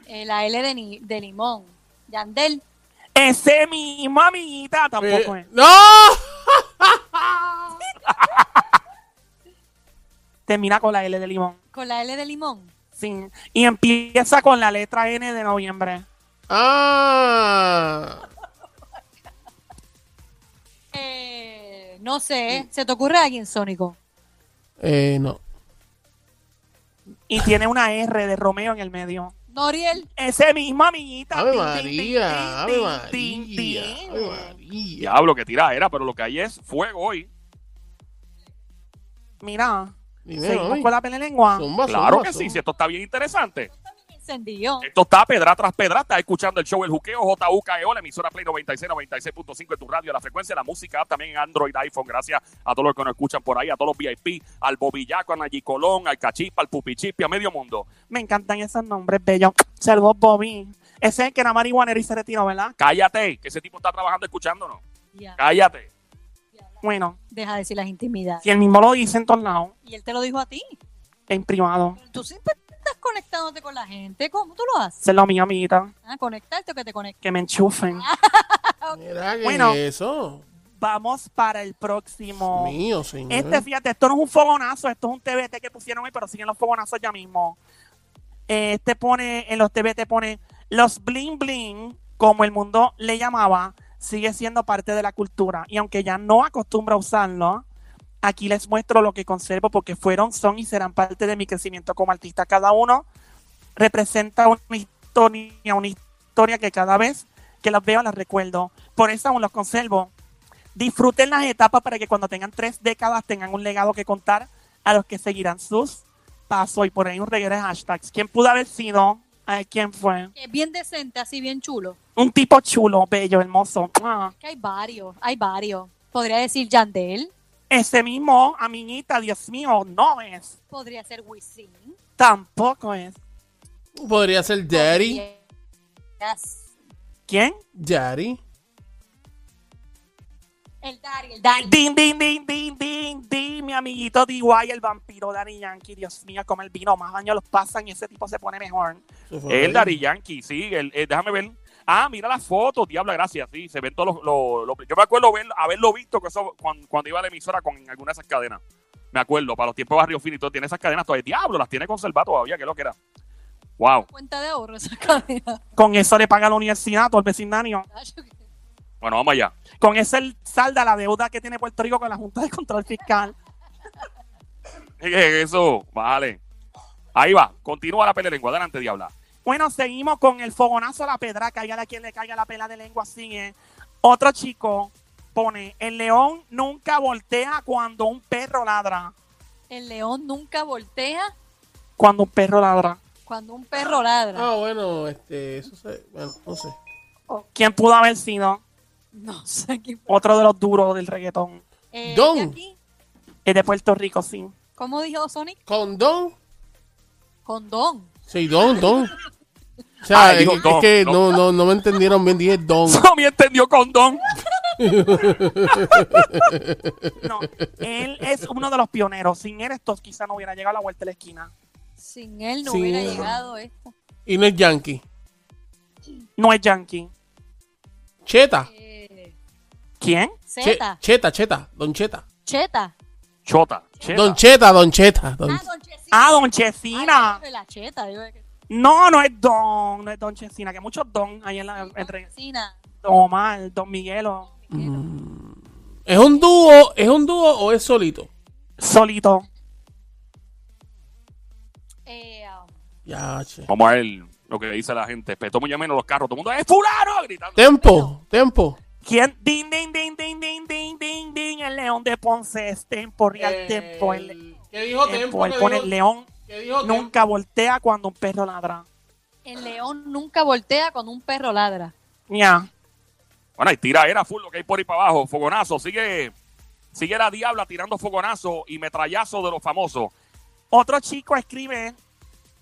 [SPEAKER 2] eh, la L de, ni- de limón. Yandel.
[SPEAKER 3] Ese mismo, amiguita, tampoco
[SPEAKER 4] Eh,
[SPEAKER 3] es.
[SPEAKER 4] ¡No!
[SPEAKER 3] Termina con la L de limón.
[SPEAKER 2] Con la L de limón.
[SPEAKER 3] Sí. Y empieza con la letra N de noviembre.
[SPEAKER 4] ¡Ah!
[SPEAKER 2] Eh, no sé, ¿se te ocurre alguien, Sónico?
[SPEAKER 4] Eh, no.
[SPEAKER 3] Y tiene una R de Romeo en el medio.
[SPEAKER 2] Noriel.
[SPEAKER 3] Ese mismo, amiguita.
[SPEAKER 4] Ave
[SPEAKER 3] Tin,
[SPEAKER 4] María,
[SPEAKER 3] tin,
[SPEAKER 4] Ave
[SPEAKER 3] tin, tin,
[SPEAKER 4] María,
[SPEAKER 3] tin,
[SPEAKER 4] Ave
[SPEAKER 3] tin.
[SPEAKER 4] María.
[SPEAKER 1] Diablo, que tira era, pero lo que hay es fuego hoy.
[SPEAKER 3] Mira,
[SPEAKER 4] Dinero,
[SPEAKER 3] seguimos
[SPEAKER 4] ay.
[SPEAKER 3] con la pelea lengua.
[SPEAKER 4] Zumba,
[SPEAKER 1] Claro
[SPEAKER 4] zumba,
[SPEAKER 1] que sí,
[SPEAKER 4] zumba.
[SPEAKER 1] si esto está bien interesante.
[SPEAKER 2] Encendido.
[SPEAKER 1] Esto está pedra tras pedra. Estás escuchando el show El Juqueo, JUKEO, E la emisora Play 96, 96.5 de tu radio, la frecuencia, la música, app, también en Android, iPhone. Gracias a todos los que nos escuchan por ahí, a todos los VIP, al Bobillaco, a Nayi Colón, al Cachipa, al Pupichipi, a medio mundo.
[SPEAKER 3] Me encantan esos nombres bellos. Saludos, Bobby. Ese es el que era marihuanero y se retiró, ¿verdad?
[SPEAKER 1] Cállate, que ese tipo está trabajando escuchándonos.
[SPEAKER 2] Ya,
[SPEAKER 1] Cállate.
[SPEAKER 3] Bueno,
[SPEAKER 2] Deja de decir las intimidades.
[SPEAKER 3] si el mismo lo dice en todos lados,
[SPEAKER 2] Y él te lo dijo a ti.
[SPEAKER 3] en privado.
[SPEAKER 2] Tú siempre estás conectándote con la gente. ¿Cómo tú lo haces?
[SPEAKER 3] Esa es la mía, amiguita.
[SPEAKER 2] Ah, conectarte o que te conecten.
[SPEAKER 3] Que me enchufen.
[SPEAKER 4] Mira que
[SPEAKER 3] Bueno.
[SPEAKER 4] eso.
[SPEAKER 3] Vamos para el próximo.
[SPEAKER 4] Mío, señor.
[SPEAKER 3] Este, fíjate, esto no es un fogonazo, esto es un TBT que pusieron hoy, pero siguen los fogonazos ya mismo. Eh, Este pone, en los TBT pone, los bling bling, como el mundo le llamaba, sigue siendo parte de la cultura. Y aunque ya no acostumbra a usarlo, aquí les muestro lo que conservo porque fueron, son y serán parte de mi crecimiento como artista. Cada uno representa una historia, una historia que cada vez que las veo las recuerdo. Por eso aún los conservo. Disfruten las etapas para que cuando tengan tres décadas tengan un legado que contar a los que seguirán sus pasos y por ahí un reguero de hashtags. ¿Quién pudo haber sido? Ay, ¿Quién fue?
[SPEAKER 2] Que es bien decente, así bien chulo.
[SPEAKER 3] Un tipo chulo, bello, hermoso. Ah, ¡Mua!
[SPEAKER 2] Que hay varios, hay varios. Podría decir Yandel,
[SPEAKER 3] Ese mismo, amiguita, Dios mío, no es.
[SPEAKER 2] podría ser Wisin.
[SPEAKER 3] Tampoco es.
[SPEAKER 4] Podría ser Daddy.
[SPEAKER 2] Yes.
[SPEAKER 3] ¿Quién?
[SPEAKER 4] Daddy.
[SPEAKER 2] El Dari, el Dari.
[SPEAKER 3] Din, din, din, din, din, din, mi amiguito D.Y., el vampiro Daddy Yankee. Dios mío, como el vino, más años los pasan y ese tipo se pone mejor.
[SPEAKER 4] Eso fue
[SPEAKER 1] El
[SPEAKER 4] horrible.
[SPEAKER 1] Dari Yankee, sí, el, el- déjame ver. Ah, mira la foto, diabla, gracias. Sí, se ven todos los. los- los- yo me acuerdo ver- haberlo visto que eso, cuando, cuando iba a la emisora con alguna de esas cadenas. Me acuerdo, para los tiempos de Barrio Fino y todo, tiene esas cadenas todavía. Diablo, las tiene conservadas todavía, que es lo que era. Wow.
[SPEAKER 2] Cuenta de ahorro esa [laughs] cadena.
[SPEAKER 3] Con eso le paga la universidad, todo el vecindario.
[SPEAKER 1] Bueno, vamos allá. [laughs]
[SPEAKER 3] Con eso él salda la deuda que tiene Puerto Rico con la Junta de Control Fiscal.
[SPEAKER 1] Eh, Eso, vale. Ahí va, continúa la pelea de lengua. Adelante, diabla.
[SPEAKER 3] Bueno, seguimos con el fogonazo a la pedra. Cáigale a quien le caiga la pela de lengua. Así es. Otro chico pone: El león nunca voltea cuando un perro ladra.
[SPEAKER 2] El león nunca voltea
[SPEAKER 3] Cuando un perro ladra.
[SPEAKER 2] cuando un perro ladra.
[SPEAKER 4] Ah, bueno, este. Eso se. Bueno, no sé.
[SPEAKER 3] ¿Quién pudo haber sido?
[SPEAKER 2] No sé quién.
[SPEAKER 3] Otro de los duros del reggaetón.
[SPEAKER 2] Eh,
[SPEAKER 4] Don.
[SPEAKER 2] de aquí,
[SPEAKER 3] Es de Puerto Rico, sí.
[SPEAKER 2] ¿Cómo dijo Sonic?
[SPEAKER 4] ¿Con Don?
[SPEAKER 2] Con Don.
[SPEAKER 4] Sí, Don, Don. O sea,
[SPEAKER 1] Ah,
[SPEAKER 4] es,
[SPEAKER 1] digo,
[SPEAKER 4] es
[SPEAKER 1] don,
[SPEAKER 4] que
[SPEAKER 1] don.
[SPEAKER 4] no, no, no me entendieron bien. Dije Don.
[SPEAKER 1] [laughs] No me entendió con Don.
[SPEAKER 3] No, él es uno de los pioneros. Sin él, esto quizá no hubiera llegado a la vuelta de la esquina.
[SPEAKER 2] Sin él no
[SPEAKER 4] Sin
[SPEAKER 2] hubiera
[SPEAKER 4] él.
[SPEAKER 2] llegado esto.
[SPEAKER 4] Y no es Yankee.
[SPEAKER 3] No es Yankee.
[SPEAKER 4] Cheta.
[SPEAKER 2] Eh,
[SPEAKER 3] ¿Quién?
[SPEAKER 4] Che-
[SPEAKER 2] Zeta.
[SPEAKER 4] cheta, Cheta. Don Cheta.
[SPEAKER 2] Cheta.
[SPEAKER 1] Chota. Cheta.
[SPEAKER 4] Don Cheta, Don Cheta. Don-
[SPEAKER 2] Ah, Don Chesina.
[SPEAKER 3] Ah, Don
[SPEAKER 2] Ay,
[SPEAKER 3] Chesina.
[SPEAKER 2] de la cheta. digo, que-
[SPEAKER 3] No, no es Don. No es Don Chesina. Que muchos Don ahí en la.
[SPEAKER 2] Don
[SPEAKER 3] Entre,
[SPEAKER 2] Chesina.
[SPEAKER 3] don Omar, Don Miguelo.
[SPEAKER 2] Mm.
[SPEAKER 4] ¿Es un dúo? ¿Es un dúo o es solito?
[SPEAKER 3] Solito.
[SPEAKER 2] Eh, um,
[SPEAKER 4] Ya, che.
[SPEAKER 1] Vamos a ver lo que dice la gente. Pero todo mundo menos los carros. Todo el mundo es fulano gritando.
[SPEAKER 4] Tempo, tempo.
[SPEAKER 3] ¿Quién? Ding, ding, ding, ding, ding, ding, ding, ding. El león de Ponce es tempo, real
[SPEAKER 2] Eh,
[SPEAKER 3] tempo. El
[SPEAKER 4] Eh, ¿Qué dijo
[SPEAKER 3] tempo. Él pone el león. Nunca voltea cuando un perro ladra.
[SPEAKER 2] el león nunca voltea cuando un perro ladra.
[SPEAKER 3] Ya.
[SPEAKER 1] Bueno, y tira era full lo que hay por ahí para abajo. Fogonazo. Sigue, sigue la diabla tirando fogonazo y metrallazo de los famosos. [laughs]
[SPEAKER 3] Otro chico escribe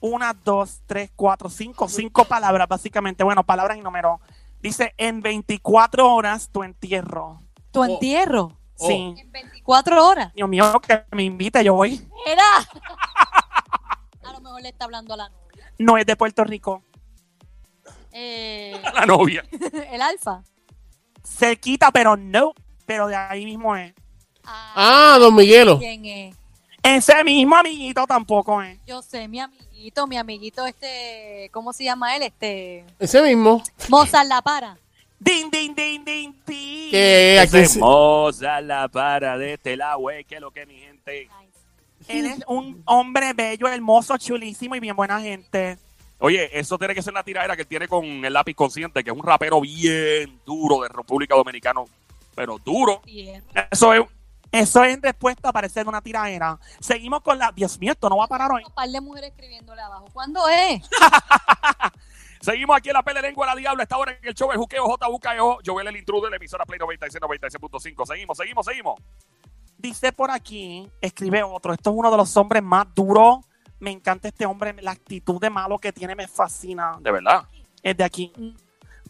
[SPEAKER 3] una, dos, tres, cuatro, cinco, cinco palabras, básicamente. Bueno, palabras y números. Dice, en 24 horas tu entierro.
[SPEAKER 2] Tu
[SPEAKER 4] Oh.
[SPEAKER 2] entierro.
[SPEAKER 4] Oh.
[SPEAKER 3] Sí.
[SPEAKER 2] En 24 horas.
[SPEAKER 3] Dios mío, que me invite, yo voy.
[SPEAKER 2] Era. [laughs] A lo mejor le está hablando a la novia.
[SPEAKER 3] No es de Puerto Rico.
[SPEAKER 2] Eh,
[SPEAKER 1] A la novia.
[SPEAKER 2] el alfa.
[SPEAKER 3] Cerquita, pero no. Pero de ahí mismo es.
[SPEAKER 2] Ah,
[SPEAKER 4] Ah, Don Miguelo.
[SPEAKER 2] ¿Quién es?
[SPEAKER 3] Ese mismo amiguito tampoco es.
[SPEAKER 2] Yo sé, mi amiguito, mi amiguito, este. ¿Cómo se llama él? Este.
[SPEAKER 4] Ese mismo.
[SPEAKER 2] Mozart La Para.
[SPEAKER 3] Ding, ding, ding, ding, ding.
[SPEAKER 4] Que aquí
[SPEAKER 1] Ese
[SPEAKER 4] se-
[SPEAKER 1] Moza la para de este lado, güey. Que lo que mi gente.
[SPEAKER 3] Él es un hombre bello, hermoso, chulísimo y bien buena gente.
[SPEAKER 1] Oye, eso tiene que ser la tiradera que él tiene con el lápiz consciente, que es un rapero bien duro de República Dominicana, pero duro.
[SPEAKER 2] Bien.
[SPEAKER 3] Eso es, eso es en respuesta a parecer una tiradera. Seguimos con la. Dios mío, esto no va a parar hoy.
[SPEAKER 2] Un par de mujeres escribiéndole abajo. ¿Cuándo es? [laughs]
[SPEAKER 1] Seguimos aquí en la Pele Lengua de la Diabla. Esta hora en el show El Juqueo JUKEO. Joel el Intruder, la emisora Play 96, 96.5. Seguimos, seguimos, seguimos.
[SPEAKER 3] Dice por aquí, escribe otro. Esto es uno de los hombres más duros. Me encanta este hombre. La actitud de malo que tiene me fascina.
[SPEAKER 1] De verdad.
[SPEAKER 3] es de aquí.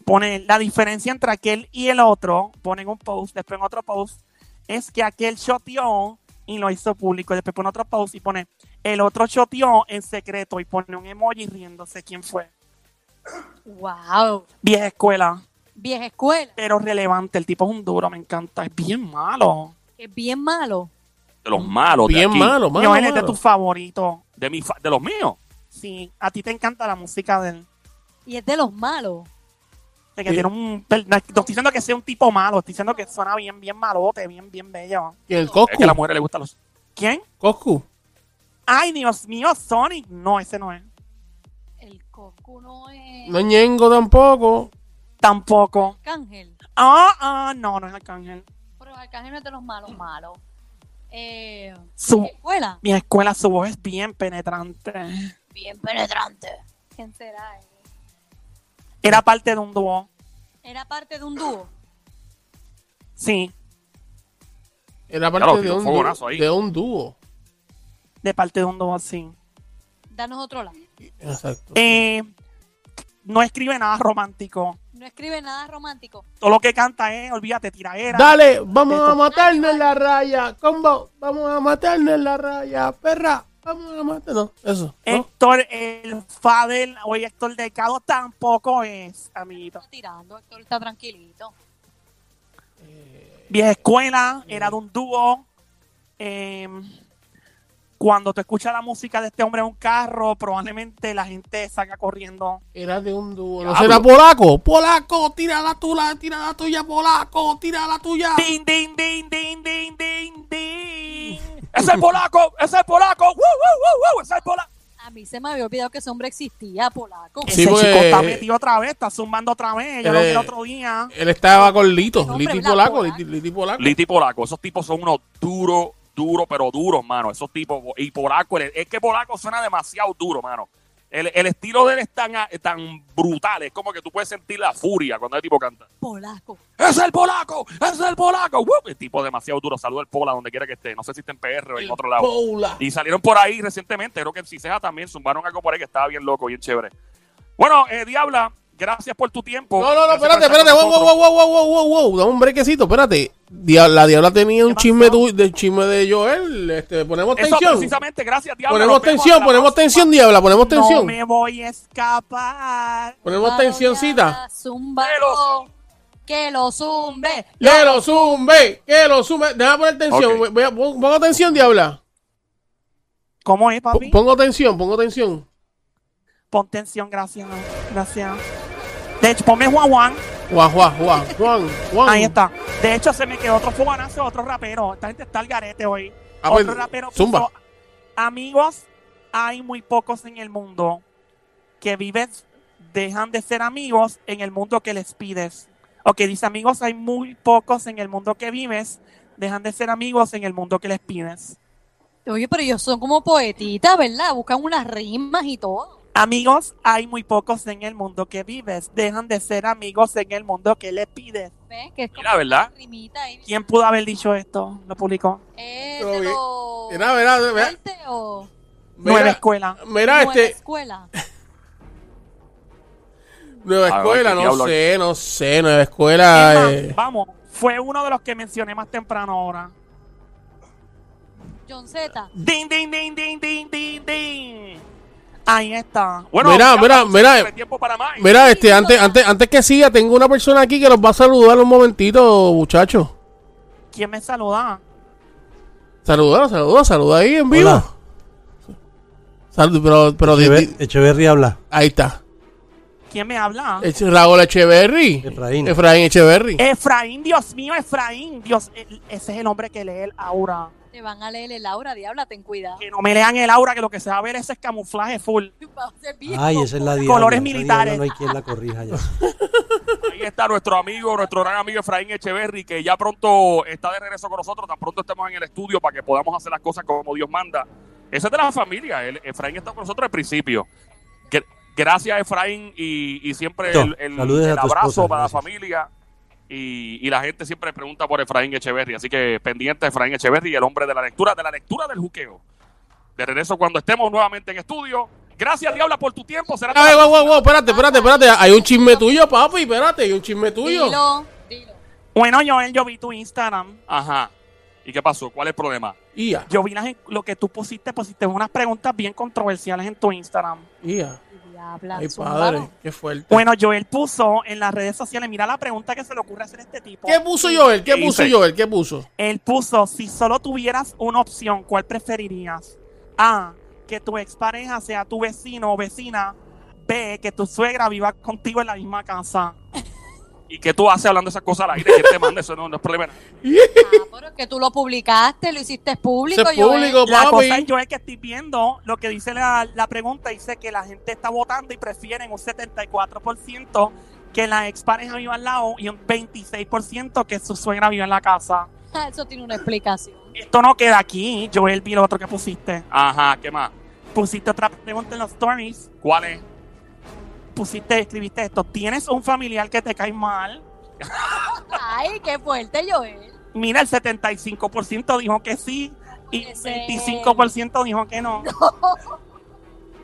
[SPEAKER 3] Pone la diferencia entre aquel y el otro, ponen un post, después en otro post, es que aquel shoteó y lo hizo público. Después pone otro post y pone el otro shoteó en secreto y pone un emoji riéndose quién fue.
[SPEAKER 2] Wow.
[SPEAKER 3] Vieja escuela,
[SPEAKER 2] Vieja escuela.
[SPEAKER 3] pero relevante. El tipo es un duro, me encanta. Es bien malo.
[SPEAKER 2] Que es bien malo.
[SPEAKER 1] De los malos. de
[SPEAKER 4] Bien
[SPEAKER 1] aquí.
[SPEAKER 4] malo, malo.
[SPEAKER 3] Joel es de
[SPEAKER 4] malo.
[SPEAKER 3] tus favoritos.
[SPEAKER 1] De, mi fa- de los míos.
[SPEAKER 3] Sí, a ti te encanta la música de él.
[SPEAKER 2] Y es de los malos.
[SPEAKER 3] De que
[SPEAKER 4] Sí.
[SPEAKER 3] tiene un, per- no estoy diciendo que sea un tipo malo, estoy diciendo que suena bien, bien malote, bien, bien bello.
[SPEAKER 4] Y el
[SPEAKER 1] Es que a
[SPEAKER 4] Coscu.
[SPEAKER 1] la mujer le gustan los.
[SPEAKER 3] ¿Quién?
[SPEAKER 4] Coscu.
[SPEAKER 3] Ay, Dios mío, Sonic. No, ese no es.
[SPEAKER 2] El Coscu no es
[SPEAKER 4] No es ñengo tampoco.
[SPEAKER 3] Tampoco.
[SPEAKER 2] Arcángel.
[SPEAKER 3] Ah, ah, no, no es Arcángel.
[SPEAKER 2] Pero Arcángel no es de los malos malos. Eh,
[SPEAKER 3] Su,
[SPEAKER 2] vieja escuela.
[SPEAKER 3] mi escuela, su voz es bien penetrante.
[SPEAKER 2] Bien penetrante. ¿Quién será? eh?
[SPEAKER 3] Era parte de un dúo.
[SPEAKER 2] Era parte de un dúo.
[SPEAKER 3] Sí,
[SPEAKER 4] Era
[SPEAKER 1] lo
[SPEAKER 4] parte de,
[SPEAKER 1] tiró,
[SPEAKER 4] un
[SPEAKER 1] fogonazo
[SPEAKER 4] dúo-
[SPEAKER 1] ahí.
[SPEAKER 4] de un dúo.
[SPEAKER 3] de parte de un dúo, sí.
[SPEAKER 2] Danos otro lado.
[SPEAKER 4] Exacto.
[SPEAKER 3] Eh, no escribe nada romántico.
[SPEAKER 2] No escribe nada romántico.
[SPEAKER 3] Todo lo que canta es, olvídate, tiraera.
[SPEAKER 4] Dale, vamos
[SPEAKER 3] Esto-
[SPEAKER 4] a matarnos en la raya. Combo, vamos a matarnos en la raya. Perra, vamos a matarnos. Eso.
[SPEAKER 3] Eh.
[SPEAKER 4] ¿no?
[SPEAKER 3] Héctor, el Fadel o el Héctor Delgado tampoco es, amiguito.
[SPEAKER 2] Está tirando. Héctor está tranquilito.
[SPEAKER 3] Vieja escuela, era de un dúo. Eh, cuando tú escuchas la música de este hombre en un carro, probablemente la gente saca corriendo.
[SPEAKER 4] Era de un dúo. ¿No
[SPEAKER 1] Diablo.
[SPEAKER 4] será polaco? Polaco, tira la tuya, tira la tuya, polaco, tira la tuya.
[SPEAKER 3] ¡Din, din, din, din, din, din, din!
[SPEAKER 1] ¡Ese es polaco! ¡Ese es polaco! ¡Wow, wow, wow, wow! ¡Ese es polaco!
[SPEAKER 2] A mí se me había olvidado que ese hombre existía, polaco.
[SPEAKER 4] Sí,
[SPEAKER 3] Ese
[SPEAKER 4] porque-
[SPEAKER 3] chico está metido otra vez, está zumbando otra vez. Yo lo
[SPEAKER 4] Eh,
[SPEAKER 3] vi el otro día.
[SPEAKER 4] Él estaba con Lito,
[SPEAKER 2] Hombre,
[SPEAKER 4] Liti
[SPEAKER 2] ¿verdad?
[SPEAKER 4] polaco,
[SPEAKER 2] Polaco.
[SPEAKER 4] Liti, Liti polaco.
[SPEAKER 1] Liti Polaco, esos tipos son unos duros, duros, pero duros, mano. Esos tipos, y Polaco, el- es que Polaco suena demasiado duro, mano. El, el estilo de él es tan, a- tan brutal, es como que tú puedes sentir la furia cuando el tipo canta.
[SPEAKER 2] Polaco.
[SPEAKER 1] ¡Es el polaco! ¡Es el polaco! ¡Woo! El tipo demasiado duro. Saluda al Pola donde quiera que esté. No sé si está en PR o en otro lado.
[SPEAKER 4] Pola.
[SPEAKER 1] Y salieron por ahí recientemente. Creo que en Ciseja también zumbaron algo por ahí que estaba bien loco, bien chévere. Bueno, eh, Diabla, gracias por tu tiempo.
[SPEAKER 4] No, no, no,
[SPEAKER 1] Gracias por
[SPEAKER 4] espérate,
[SPEAKER 1] estar
[SPEAKER 4] espérate,
[SPEAKER 1] con
[SPEAKER 4] wow, wow,
[SPEAKER 1] nosotros.
[SPEAKER 4] wow, wow, wow, wow, wow, dame un brequecito, espérate. Dia- la diabla tenía un
[SPEAKER 3] ¿Qué
[SPEAKER 4] chisme
[SPEAKER 3] pasó?
[SPEAKER 4] tu- de chisme de Joel, este, ponemos
[SPEAKER 1] Eso
[SPEAKER 4] tensión.
[SPEAKER 1] precisamente, gracias, Diabla.
[SPEAKER 4] Ponemos
[SPEAKER 1] Nos vemos
[SPEAKER 4] tensión,
[SPEAKER 1] la
[SPEAKER 4] ponemos
[SPEAKER 1] próxima.
[SPEAKER 4] tensión, diabla, ponemos
[SPEAKER 3] No
[SPEAKER 4] tensión.
[SPEAKER 3] me voy a escapar.
[SPEAKER 4] Ponemos
[SPEAKER 2] Vamos,
[SPEAKER 4] tensioncita.
[SPEAKER 2] diabla, Zumba.
[SPEAKER 1] Que lo-
[SPEAKER 2] Que lo zumbe.
[SPEAKER 4] Que lo zumbe, que lo zumbe. Deja poner tensión,
[SPEAKER 1] Ok.
[SPEAKER 4] voy a- pon- pongo tensión, diabla.
[SPEAKER 3] ¿Cómo es, papi?
[SPEAKER 4] Pon- Pongo tensión, pongo tensión.
[SPEAKER 3] Pon tensión, gracias. Gracias. De hecho, ponme Juan Juan.
[SPEAKER 4] Juan, Juan, Juan, Juan, Juan.
[SPEAKER 3] Ahí está. De hecho, se me quedó otro fogonazo, otro rapero. Esta gente está al garete hoy.
[SPEAKER 4] Ah,
[SPEAKER 3] otro
[SPEAKER 4] pues,
[SPEAKER 3] rapero puso,
[SPEAKER 4] zumba.
[SPEAKER 3] Amigos, hay muy pocos en el mundo que vives, dejan de ser amigos en el mundo que les pides. Ok, dice amigos, hay muy pocos en el mundo que vives, dejan de ser amigos en el mundo que les pides.
[SPEAKER 2] Oye, pero ellos son como poetitas, ¿verdad? Buscan unas rimas y todo.
[SPEAKER 3] Amigos, hay muy pocos en el mundo que vives, dejan de ser amigos en el mundo que les pides.
[SPEAKER 2] ¿Ves? Que es como
[SPEAKER 1] Mira, ¿verdad?
[SPEAKER 2] una rimita ahí.
[SPEAKER 3] ¿Quién pudo haber dicho esto? Lo publicó.
[SPEAKER 2] Eh,
[SPEAKER 4] Todo
[SPEAKER 2] de
[SPEAKER 4] bien.
[SPEAKER 2] lo-
[SPEAKER 4] Mira, mira, mira,
[SPEAKER 2] fuerte o
[SPEAKER 3] Nueva
[SPEAKER 4] mira,
[SPEAKER 3] escuela.
[SPEAKER 4] mira
[SPEAKER 2] nueva
[SPEAKER 4] este,
[SPEAKER 2] escuela.
[SPEAKER 4] nueva
[SPEAKER 1] Ah,
[SPEAKER 4] escuela,
[SPEAKER 1] qué
[SPEAKER 4] no
[SPEAKER 1] diablo.
[SPEAKER 4] sé, no sé, nueva
[SPEAKER 3] Es
[SPEAKER 4] escuela.
[SPEAKER 3] más,
[SPEAKER 4] eh.
[SPEAKER 3] Vamos, fue uno de los que mencioné más temprano ahora.
[SPEAKER 2] John Z.
[SPEAKER 3] Ding, ding, ding, ding, ding, ding, ding. Ahí está.
[SPEAKER 1] Bueno,
[SPEAKER 4] Mira,
[SPEAKER 1] Diabla,
[SPEAKER 4] mira,
[SPEAKER 1] no
[SPEAKER 4] mira.
[SPEAKER 1] siempre hay tiempo para más.
[SPEAKER 4] Mira, este, antes, antes, antes que siga, tengo una persona aquí que los va a saludar un momentito, muchachos.
[SPEAKER 3] ¿Quién me saluda?
[SPEAKER 4] Saluda, saluda, saluda ahí en vivo.
[SPEAKER 5] Hola.
[SPEAKER 4] Salud, pero, pero di-
[SPEAKER 5] Echever-
[SPEAKER 4] di-
[SPEAKER 5] Echeverry habla.
[SPEAKER 4] ahí está.
[SPEAKER 3] ¿Quién me habla?
[SPEAKER 4] Es Raúl Echeverry.
[SPEAKER 5] Efraín.
[SPEAKER 4] Efraín Echeverry.
[SPEAKER 3] e, Efraín, Dios mío, Efraín. Dios, el- ese es el hombre que lee el aura.
[SPEAKER 2] Te van a leer el aura, diabla, ten cuidado. [laughs]
[SPEAKER 3] Que no me lean el aura, que lo que se va a ver es el camuflaje full.
[SPEAKER 2] Va a ser bien
[SPEAKER 5] Ay, esa es la
[SPEAKER 2] confusa.
[SPEAKER 5] diabla.
[SPEAKER 3] Colores
[SPEAKER 5] esa diabla
[SPEAKER 3] militares.
[SPEAKER 5] No hay quien la corrija ya.
[SPEAKER 1] Ahí está nuestro amigo, nuestro gran amigo Efraín Echeverry, que ya pronto está de regreso con nosotros. Tan pronto estemos en el estudio para que podamos hacer las cosas como Dios manda. Esa es de la familia. El, Efraín está con nosotros al principio. Que- gracias, Efraín, y, y siempre
[SPEAKER 5] Tito,
[SPEAKER 1] el, el-
[SPEAKER 5] saludes a
[SPEAKER 1] el
[SPEAKER 5] tu
[SPEAKER 1] abrazo
[SPEAKER 5] esposa,
[SPEAKER 1] para la
[SPEAKER 5] gracias.
[SPEAKER 1] familia. Y, y la gente siempre pregunta por Efraín Echeverry. Así que pendiente, Efraín Echeverry, el hombre de la lectura, de la lectura del juqueo. De regreso cuando estemos nuevamente en estudio. Gracias, Diabla, por tu tiempo. Será hasta
[SPEAKER 4] Ay,
[SPEAKER 1] la
[SPEAKER 4] guau, guau, guau, espérate, espérate, espérate. Hay un chisme tuyo, papi, espérate, hay un chisme tuyo.
[SPEAKER 2] Dilo, dilo.
[SPEAKER 3] Bueno, Joel, yo vi tu Instagram.
[SPEAKER 1] Ajá. ¿Y qué pasó? ¿Cuál es el problema?
[SPEAKER 4] Ia,
[SPEAKER 3] Yo vi las- lo que tú pusiste, pusiste unas preguntas bien controversiales en tu Instagram.
[SPEAKER 4] ia.
[SPEAKER 2] Diabla,
[SPEAKER 4] Ay,
[SPEAKER 2] zúmbalo.
[SPEAKER 4] padre, qué fuerte.
[SPEAKER 3] Bueno, Joel puso en las redes sociales, mira la pregunta que se le ocurre hacer a este tipo.
[SPEAKER 4] ¿Qué puso Joel? ¿Qué
[SPEAKER 1] ¿Qué
[SPEAKER 4] puso
[SPEAKER 1] hice?
[SPEAKER 4] Joel? ¿Qué puso?
[SPEAKER 3] Él puso, si solo tuvieras una opción, ¿cuál preferirías? A, que tu expareja sea tu vecino o vecina. B, que tu suegra viva contigo en la misma casa.
[SPEAKER 1] ¿Y qué tú haces hablando esas cosas al aire? ¿Quién te manda? Eso no, no es problema.
[SPEAKER 2] Ah, pero es que tú lo publicaste, lo hiciste público.
[SPEAKER 4] Ese es
[SPEAKER 2] Joel.
[SPEAKER 4] público,
[SPEAKER 3] La cosa
[SPEAKER 4] Oh, papi.
[SPEAKER 3] es, Joel, que estoy viendo lo que dice la, la pregunta. Dice que la gente está votando y prefieren un 74% que la expareja viva al lado y un 26% que su suegra viva en la casa.
[SPEAKER 2] Ah, Eso tiene una explicación.
[SPEAKER 3] Esto no queda aquí, Joel, vi lo otro que pusiste.
[SPEAKER 1] Ajá, ¿qué más?
[SPEAKER 3] Pusiste otra pregunta en los stories.
[SPEAKER 1] ¿Cuál es?
[SPEAKER 3] Pusiste, escribiste esto. ¿Tienes un familiar que te cae mal?
[SPEAKER 2] Ay, qué fuerte, Joel.
[SPEAKER 3] Mira, el 75% dijo que sí y el
[SPEAKER 2] Ese-
[SPEAKER 3] 25% dijo que no.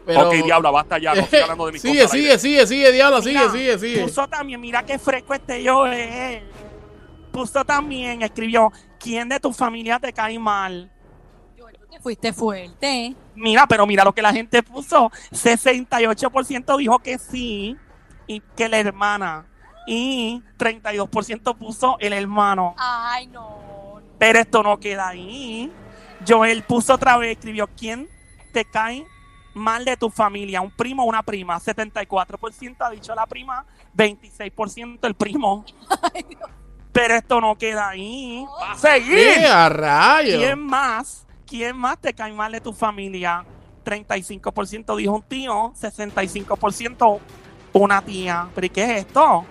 [SPEAKER 4] Pero-
[SPEAKER 1] Ok, diabla, basta ya. No estoy hablando de mis
[SPEAKER 4] [laughs] Sigue,
[SPEAKER 1] cosas al aire.
[SPEAKER 4] sigue, sigue, sigue, diablo, sigue,
[SPEAKER 3] Mira,
[SPEAKER 4] sigue, sigue.
[SPEAKER 3] Puso también, mira qué fresco este Joel. Puso también, escribió, ¿quién de tu familia te cae mal?
[SPEAKER 2] Joel, tú te fuiste fuerte. ¿eh?
[SPEAKER 3] Mira, pero mira lo que la gente puso. 68% dijo que sí y que la hermana. Y 32% puso el hermano.
[SPEAKER 2] Ay, no. no.
[SPEAKER 3] Pero esto no queda ahí. Joel puso otra vez, escribió, ¿quién te cae mal de tu familia? ¿Un primo o una prima? 74% ha dicho la prima, 26% el primo. Pero esto no queda ahí.
[SPEAKER 1] ¡Va a seguir!
[SPEAKER 4] ¿Qué a rayos?
[SPEAKER 3] ¿Quién más? ¿Quién más te cae mal de tu familia? 35% dijo un tío, 65% una tía. ¿Pero y qué es esto?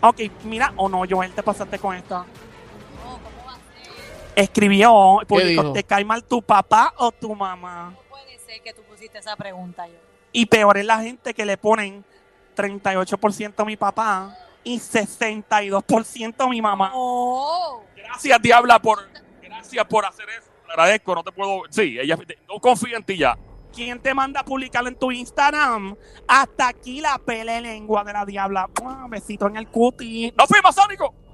[SPEAKER 3] Ok, mira, o no, Joel, te pasaste con esto
[SPEAKER 2] No, ¿cómo va a ser?
[SPEAKER 3] escribió,
[SPEAKER 4] dijo?
[SPEAKER 3] publicó, ¿te cae mal tu papá o tu mamá?
[SPEAKER 2] No puede ser que tú pusiste esa pregunta, Joel.
[SPEAKER 3] Y peor es la gente que le ponen 38% mi papá y 62% mi mamá.
[SPEAKER 2] Oh.
[SPEAKER 1] Gracias, diabla, por, gracias por hacer eso. Te agradezco, no te puedo. Sí, ella no confía en ti ya.
[SPEAKER 3] ¿Quién te manda a publicarlo en tu Instagram? Hasta aquí la pele lengua de la diabla. Mua, Besito en el cuti.
[SPEAKER 1] ¡No fui masónico!